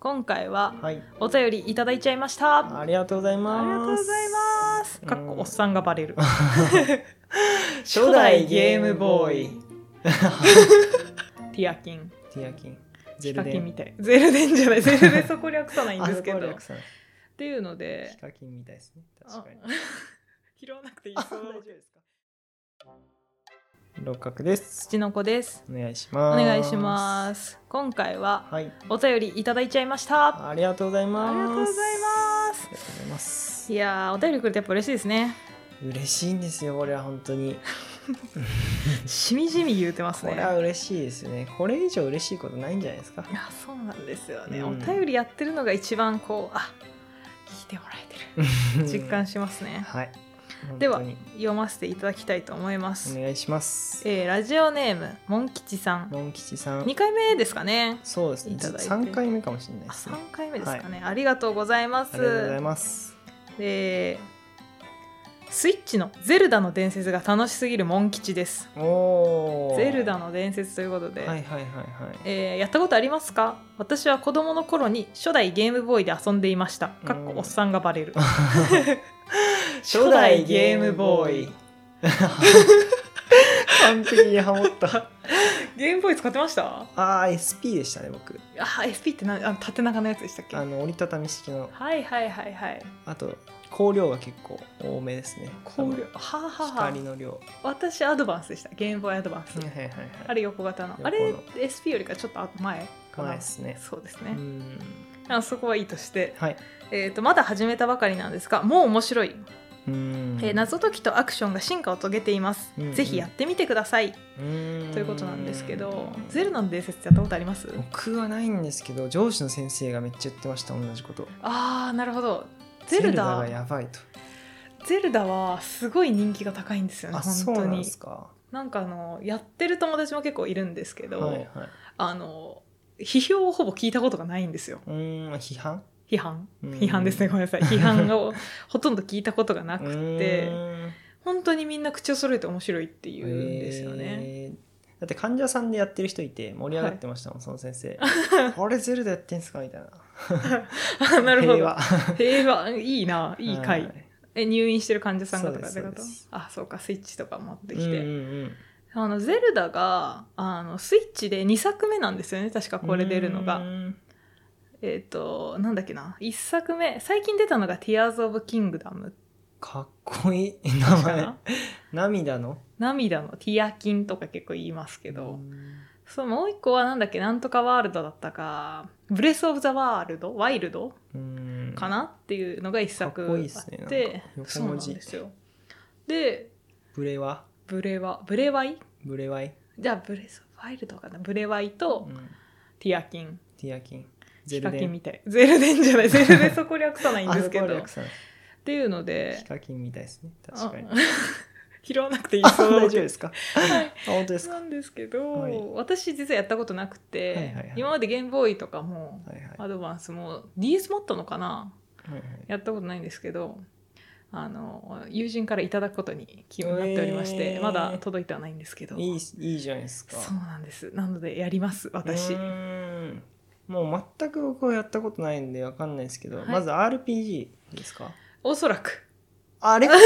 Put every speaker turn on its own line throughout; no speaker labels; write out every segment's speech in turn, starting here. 今回は
はい。
お便りいただいちゃいましたあ
ありがとうございます。
りがとうございますかっこおっさんがバレる
初代ゲームボーイ。
ティアキン
ティアキン。
ヒ
ゼ
カ
ル
キ
デ
ン
ン。
みたいゼルデンじゃないゼルデンそこ略さないんですけど
あそこは
っ
略さない
ていうの
ヒ
で
カキンみたいですね。確
あ
かに。
拾わなくていいそう
大丈夫ですか六角です。
土の子です
お願いし
お
ます。
願いします今回は
はい。
お便りいただいちゃいましたあ
ありがとうございます。
りがとうございます
ありがとうございます
い。やーお便りくれてやっぱ嬉しいですね
嬉しいんですよ、これは本当に。
しみじみ言うてます
こ
ね
れは嬉しいですね。これ以上嬉しいことないんじゃないですか
い。やそうなんですよね、
うん
お便りやってるのが一番こうあ聞いてもらえてる実感しますね、
はい。
では
本当に
読ませていただきたいと思います、
お願いします。
えーラジオネームモン吉さん
モン吉さん
2。回目ですかね
そうですね。
いただいて
三回目かもしれない
あ
ですね。
3回目ですかね、ありがとうございま
あ
す
りがとうございます。
えースイッチの「ゼルダの伝説」が楽しすぎるモン吉です
おお。
ゼルダの伝説ということで、
はいはいはいはい。
えーやったことありますか私は子供の頃に初代ゲームボーイで遊んでいましたかっこ
うん
おっさんがバ レる
初代ゲームボーイ。完璧にハモった。
ゲームボーイ使ってました
ああ SP でしたね僕。
あー SP ってなあの縦長のやつでしたっけ
あ
はい
の折りたたみ式の
はいはいはい
あと光量が結構多めですね。
光量はあはあ
多分。
は
光の量。は
あ私アドバンスでしたゲームボーイアドバンス、
いはいはいはい。
あれ横型の
横の
あれ SP よりかちょっと後前かな
前ですね。
そうです
う
ね、
ん。
あそこはいいとして、
はい。
えー、とまだ始めたばかりなんですがもう面白い、
うん。
えー謎解きとアクションが進化を遂げています、
うんうん
ぜひやってみてください
うん
ということなんですけど「ゼルダの伝説」ってやったことあります
僕はないんですけど上司の先生がめっちゃ言ってました同じこと
あーなるほどゼルダ
がやばいと
ゼルダはすごい人気が高いんですよね
あ
本
そう
当
なん
に
ですか
なんかあのやってる友達も結構いるんですけど、
はいはい
あの批評をほぼ聞いたことがないんですよ
うーん批判
批判
うん
批判ですねごめんなさい批判をほとんど聞いたことがな
う
くて
ーん
本当にみんな口を揃えて面白いって言うんですよね、
えーだって患者さんでやってる人いて盛り上がってましたもん、その 先生あれゼルダやってんすかみたいな
あ なるほど
平和
平和いいないい回、
は
え入院してる患者さんがとかってこ
そう
と
ですそうです
あそうかスイッチとか持ってき
うん
て、
うん
あのゼルダがあのスイッチで2作目なんですよね確か
うん
これ出るの
う
が
ん
えっ、となんだっけな1作目最近出たのが「Tears of Kingdom
かっこいい」名
か
前
な
涙の
涙のティアキンとか結構言いますけど、
うん
そうもう一個はなんだっけなんとかワールドだったかブレス・オブ・ザ・ワールドワイルド
うん
かな、っていうのが一作
かっこいいっすね
あっ
なん
て
か横
そうなん
文字
ですよで
ブレワ
ブレワブレワイ
ブレワイ、
じゃあブレス・ワイルドかなブレワイと
うん
ティアキン
ティアキン
ヒカキンみたいゼルデンじゃないゼルデンそこ略さないんですけ
あそこ
ど
は
っ
略さない
ていうの
ヒ
で
カキンみたいですね確かに
あ 拾わなくていい
あ
そう
大丈夫ですか
はい
あ本当ですか
なんですけど、
はい
私実はやったことなくて、
はいはいはい
今までゲームボーイとかも
はいはいは
アドバンスも DS 持ったのかない
はい
やったことないんですけどあの友人からいただくことに気になっておりまして、
えー
まだ届いてはないんですけど
いいいいじゃないですか
そうなんですなのでやります私
うーんもう全く僕はやったことないんでわかんないですけど、
はい
まず RPG ですか
おそらく
あれ
あの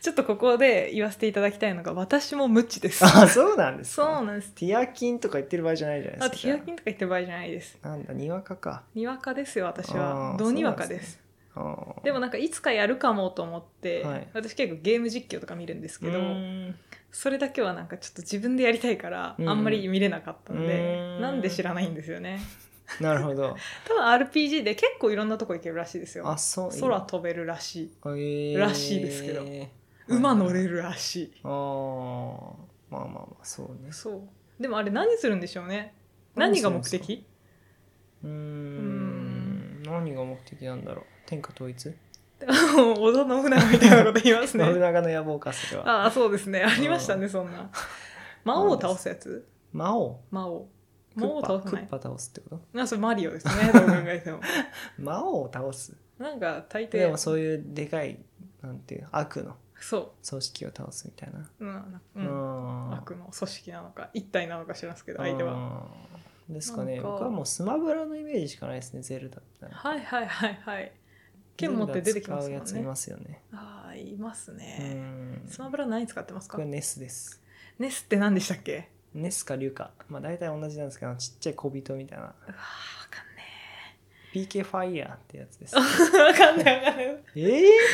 ちょっとここで言わせていただきたいのが私も無知です
あそうなんです
そう
か
なんです
ティアキンとか言ってる場合じゃないじゃないで
あ
す
と
か
ヒアキンとか言ってる場合じゃないです
なんだにわかか
にわかですよ私
あ
は
ー
どにわかです
あー
でもなんかいつかやるかもと思って、
はい
私結構ゲーム実況とか見るんですけど、
うーん
それだけはなんかちょっと自分でやりたいからあ
うん
んまり見れなかったんで、
うん
なんで知らないんですよね
なるほど
多分 RPG で結構いろんなとこ行けるらしいですよ
あそう
空飛べるらしい
えー
らしいですけど
はい
馬乗れるらしい
あーまあまあまあそうね
そうでもあれ何するんでしょうね何が目
何するんです
的
うーん何が目的なんだろう天下統一、
織田信長みたいなこと言います
信
ね
長の野望かそれは
ああそうです ねありましたねそんな魔王を倒すやつ
魔王
魔王
ク
魔王を
ッパ
倒
ク
さな
ッ
い
パ倒すってこと
なそれマリオですね どう考えても
魔王を倒す
なんか大
で
抵
もそういうでかいなんていう悪の
そ
組織を倒すみたいな、
う、うんな
う
うん
ん
悪の組織なのか一体なのか知らんすけど相手は
はですかね
なんか
僕はもうスマブラのイメージしかないですねゼルダって
はいはいはいはい剣持って出てきます
ゼル
も
ダ
ん
使うや
ね
ついますよね
ああいますね、
うん
スマブラ何使ってます
こ
か
れネスです
ネスって何でしたっけ
ネスかリュかまあ大体同じなんですけどちっちゃい小人みたいな
うわー
PK ファイヤーってや つです
わかんないわかんないわかんない
え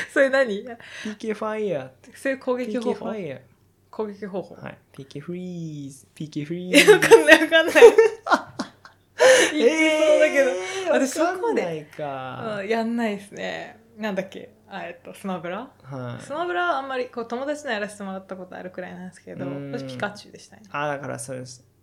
ー、
それ何
PK ファイヤーって
それ攻撃
PK
方
フ
法
ァイヤ
攻撃方法、
ーはい PK フリーズ PK フリ
い
ー
や
ズ
わかんないわかん ない言いそうだけど、
えー、
私そこまで
わかんないか、
うんやんないですねなんだっけあえっとスマブラ
はい
スマブラはあんまりこう友達のやらせてもらったことあるくらいなんですけど
うん
私ピカチュウでしたね
あだからそうです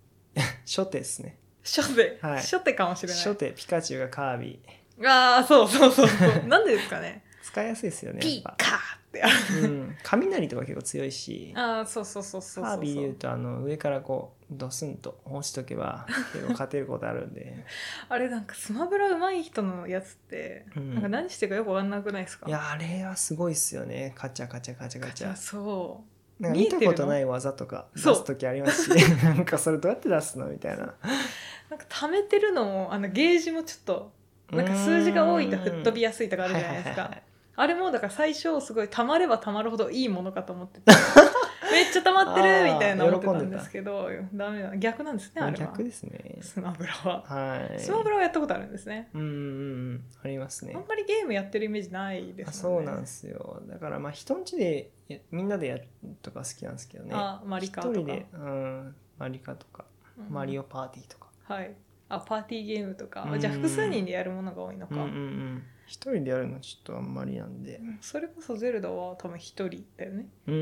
初手ですね
初手、
はい
初手かもしれない
初手ピカチュウがカービィ
ああそうそうそう そうなんでですかね
使いやすいですよねや
ピ
っ
ーカ
ぱ、
ーってある
うん、雷とか結構強いし
ああそうそうそうそう
カ
そ
ービィで言う
う
とあの上からこうドスンと落ちと けば結構勝てることあるんで
あれなんかスマブラ上手い人のやつって、
うん
なんか何してるかよくわかんなくないですか
いやあれはすごいっすよねカチャカチャカチャカチャ
そ
なんか
見え
見
てる
た
の
ことない技とか
そう
出す時あります しなんかそれどうやって出すのみたいな
うなんか溜めてるのもあのゲージもちょっとなんか数字が多いと吹っ飛びやすいとかあるじゃないです
はは
か
は。
あれもだから最初すごい溜まれば溜まるほどいいものかと思って てめっちゃ溜まってるみたいな思ってたんですけどダメだ逆なんですね
は
あ
い
れは
逆ですね
スマブラは、
はい
スマブラはやったことあるんですね
うんうんうんありますね
あんまりゲームやってるイメージないで
あ
すも
そうん
ね
なんですよだからまあ人んちでやみんなでやるとか好きなんですけどね
あマリカと
一人
か
で、うん、マリカとかマリ
オ
オパーティーとか、
はいあパーティーゲームとか
うん
じゃあ複数人でやるものが多いのか、
ん、一人でやるのちょっとあんまりなんで
うんそれこそゼルダは多分一人だよね
うん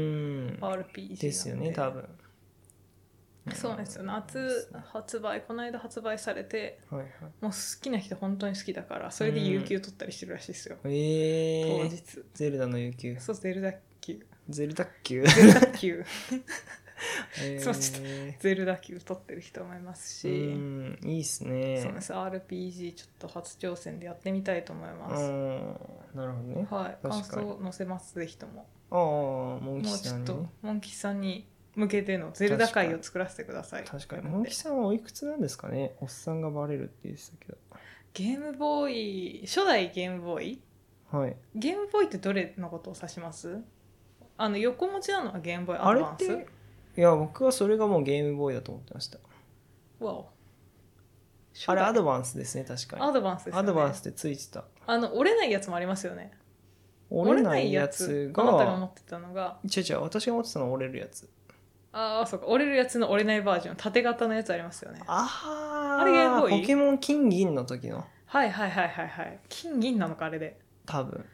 RPG なん
ですよね多分
そうなんですよ夏発売この間発売されて
はいはい
もう好きな人本当に好きだからそれで有給取ったりしてるらしいですよ、
え
当
ー、
日
ゼルダの有給
そうゼルダ 級
ゼルダ級、
ゼルダ級
えー、
そうちょゼルダ級取ってる人もいますし、
うんいいっすね
そうなんです。RPG ちょっと初挑戦でやってみたいと思いま
う
す。
んなるほどね
はい、
確か
感
に
想載せますぜひとも。
ああモンキ
もう
ー
ち
さ
ょっ
んにね
とモンキーさんに向けてのゼルダ会を作らせてください。
確かにモンキさんはおいくつなんですかねおっさんがバレるって言ってたけ
ゲームボーイ初代ゲームボーイ
どはい
ゲームボーイってどれのことを指します？あの横持ちなのはゲームボーイ
あ
アド
れ
バ
っ
ンス
て。いや僕はそれがもうゲームボーイだと思ってました
わお。
あれア
初
ドバンスですね確かに
代アドバンスですよね。
アドバンスでついてた
あの折れないやつもありますよね。
折れないやつ
あなたが持
が
ってたのが
違う違う私が持ってたのは折れるやつ
ああそうか折れるやつの折れないバージョン縦型のやつありますよね
あー
あれゲームボーイ
ポケモン金銀の時の
はいはいはいはいはい金銀なのかあれで
多分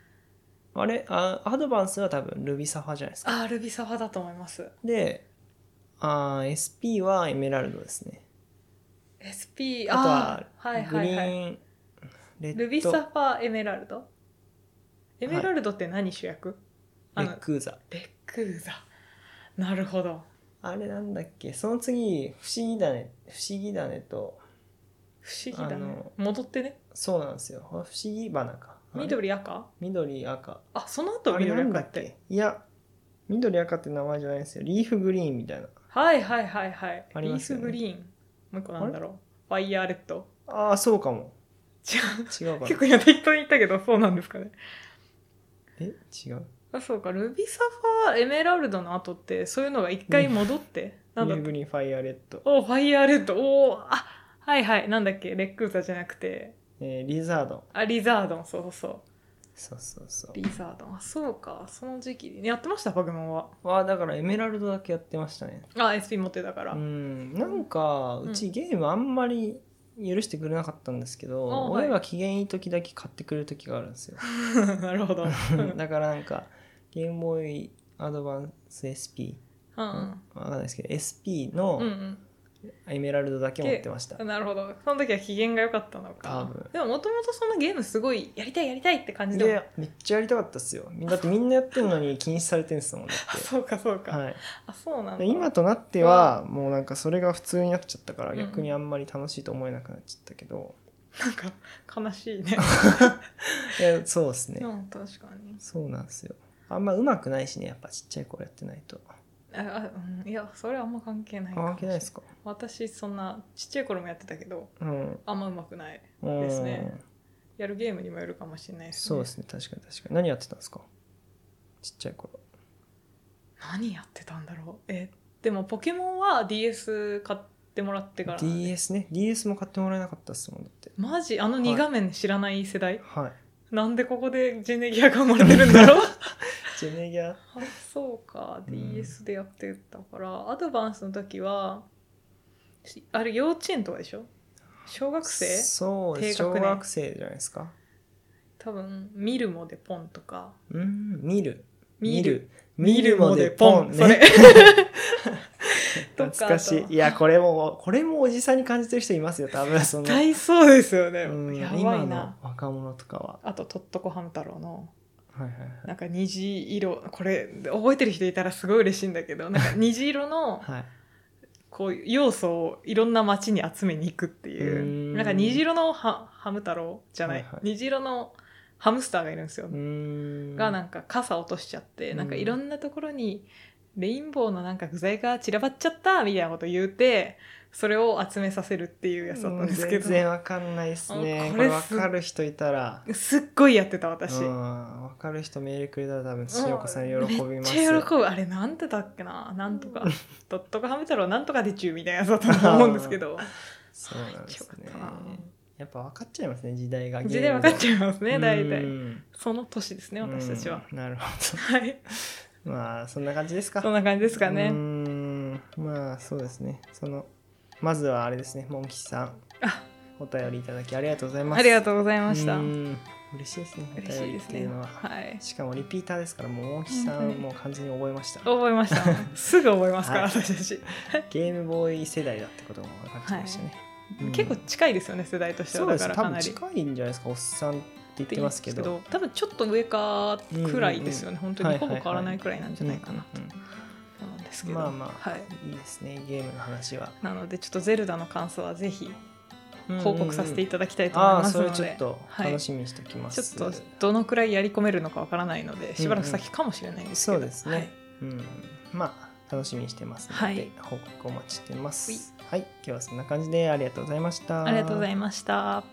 あれあアドバンスは多分ルビサファじゃないですか
ああルビサファだと思います
であー SP はエメラルドですね
SP
あとは
あーはい
グ
は
リ
いはい
ーンレ
ルビ
ッ
サ
ド
ファエメラルドエメラルドって何主役、あ
レ
の
クーザ
レックーザなるほど
あれなんだっけその次不思議だね不思議だねと
不思議だね
あの
戻ってね
そうなんですよ不思議花か
緑赤
緑赤
あその後
あれ
緑
なん
赤
だ
っ
ってけいや緑赤って名前じゃないですよリーフグリーンみたいな
はいはいはいはい
あ
リ
り
ー
ます
ス
よね
グリーンもう一個なんだろうファイヤーレッド
ああそうかも
違う
違うか
結
な
構今適当に言ったけどそうなんですかね
え違う
あそうかルビサファーエメラルドの後ってそういうのが一回戻って、
リ
なんだ
ー
っ
フ
け
グリーンファイアレッド、
おファイヤーレッドおおあはいはいなんだっけレックウザじゃなくて
えーリザード
あリザードンそうそうそ
そうそうそう
うリザードンあそうかその時期にやってましたポケモンは
わあだからエメラルドだけやってましたね
あ SP 持ってたから、
うんなんか
うん
うちゲームあんまり許してくれなかったんですけど、
あはい
親が機嫌いい時だけ買ってくれる時があるん ですよ
なるほ どうん
だからなんかゲームボーイアドバンス SP
うん
わかんないですけど SP
うんう
の
ん
エメラルドだけ持ってました、
なるほどその時は機嫌が良かったの
多
か
分
でももともとそのゲームすごいやりたいやりたいって感じでも
でめっちゃやりたかったっすよだってみんなやってるのに禁止されてるんですもんだ
あ
っ
そうかそう
て、
か、
はい、
あそうなんだ
で今となってはもうなんかそれが普通になっちゃったから逆にあんまり楽しいと思えなくなっちゃったけど、
なんか悲しいね
いやそうですね
うん確かに
そうなんですよあんま上手くないしねやっぱちっちゃい頃やってないと
あうんいやそれはあんま関係ないかも
関係ないですか
私そんなちっちゃい頃もやってたけど
うん
あんま上手くない
うん
ですねやるゲームにもよるかもしれないですね
そうですね確かに確かに何やってたんですかちっちゃい頃
何やってたんだろうえでもポケモンは DS 買ってもらってからなんで
DS ね DS も買ってもらえなかったっすもんだって
マジあの2画面知らない世代、
はい
なんでここでジェネギアが生まれてるんだろう
ジェネギャ
あそうか
うん
DS でやってたからアドバンスの時はしあれ幼稚園とかでしょ小学生
そうです
低
小
学年
学生じゃないですか
多分「見るもでポン」とか
うん見る
「
見る
見るもでポン」それ
ね
とか
懐かしいいやこれもこれもおじさんに感じてる人いますよ多分その
大そうですよね、
うん
やば
今
い
の
な
若者とかは
あと「とっとこハム太郎」の
はいはいはい
なんか虹色これ覚えてる人いたらすごい嬉しいんだけどなんか虹色 の
はい
こう要素をいろんな街に集めに行くっていう
うーん
なんか虹色のハハム太郎じゃない、
はいはい
虹色のハムスターがいるんですよ、
うーん
がなんか傘落としちゃって、なんかいろんなところにレインボーのなんか具材が散らばっちゃったみたいなこと言うてそれを集めさせるっていうやつだったんですけ
うん
ど、
全然わかんないですね
あ
こ
こ
れ
れ
わ
す
かる人いたら
すっごいやってた私。
うんわかる人メールくれたら多分塩子さん喜び
めっ
ます
ちゃ喜ぶあれなんてだっけななんとか「ドットコハム太郎なんとかでちゅ」みたいなやつだったと思うんですけど
そうなんですね
めっちゃよかったな
やっぱ分かっちゃいますね時代が
時代分かっ
ゃ
ちゃいますね大体
ね
その年ですね私たちは
なるほ
はい
どまあそんな感じですか
そんな感じですか
うー
ね
んまあそうですねそのまずはあれですねモンキさん
あ
お便りいただきありがとうございます
ありが
う
とうございました
ーん嬉しいですねお
嬉し
便
い
り
で
っ
す
てい
ね
うのは
はい
しかもリピーターですからもうモンキさん
本当に
もう完全に覚えました
覚えました すぐ覚えますから
はい
私たち
ゲームボーイ世代だってことも分かってきましたね、うん
結構近いですよね世代として
そ
は
うで
だ
す
からか
多
な
分
りって
近いんじゃないですかおっさんって言って
言うん
ま
ですす
け
け
ど
ど多分ちょっと上かくらいですよね本当
はい
に
はい
ほ
はい
ぼ変わらないくらいなんじゃないかな
うんうん
と思うんです
う
け
ん
ど
まあまあ、
はい
いいですねゲームの話は
なのでちょっとゼルダの感想はぜひ報告させてい
た
ただきたいと思い
ああ
ま
ー
す
そ
の
れ
で、
ちょっと楽しみにしておきま
ちょ
す、
っとどのくらいやり込めるのかわからないのでしばらく先かもしれないんですけど、
うんうんそうですねうんまあ楽しみにしてますので、
はい
報告お待ちしてますはい今日はそんな感じでありがとうございました
はい、ありがとうございました。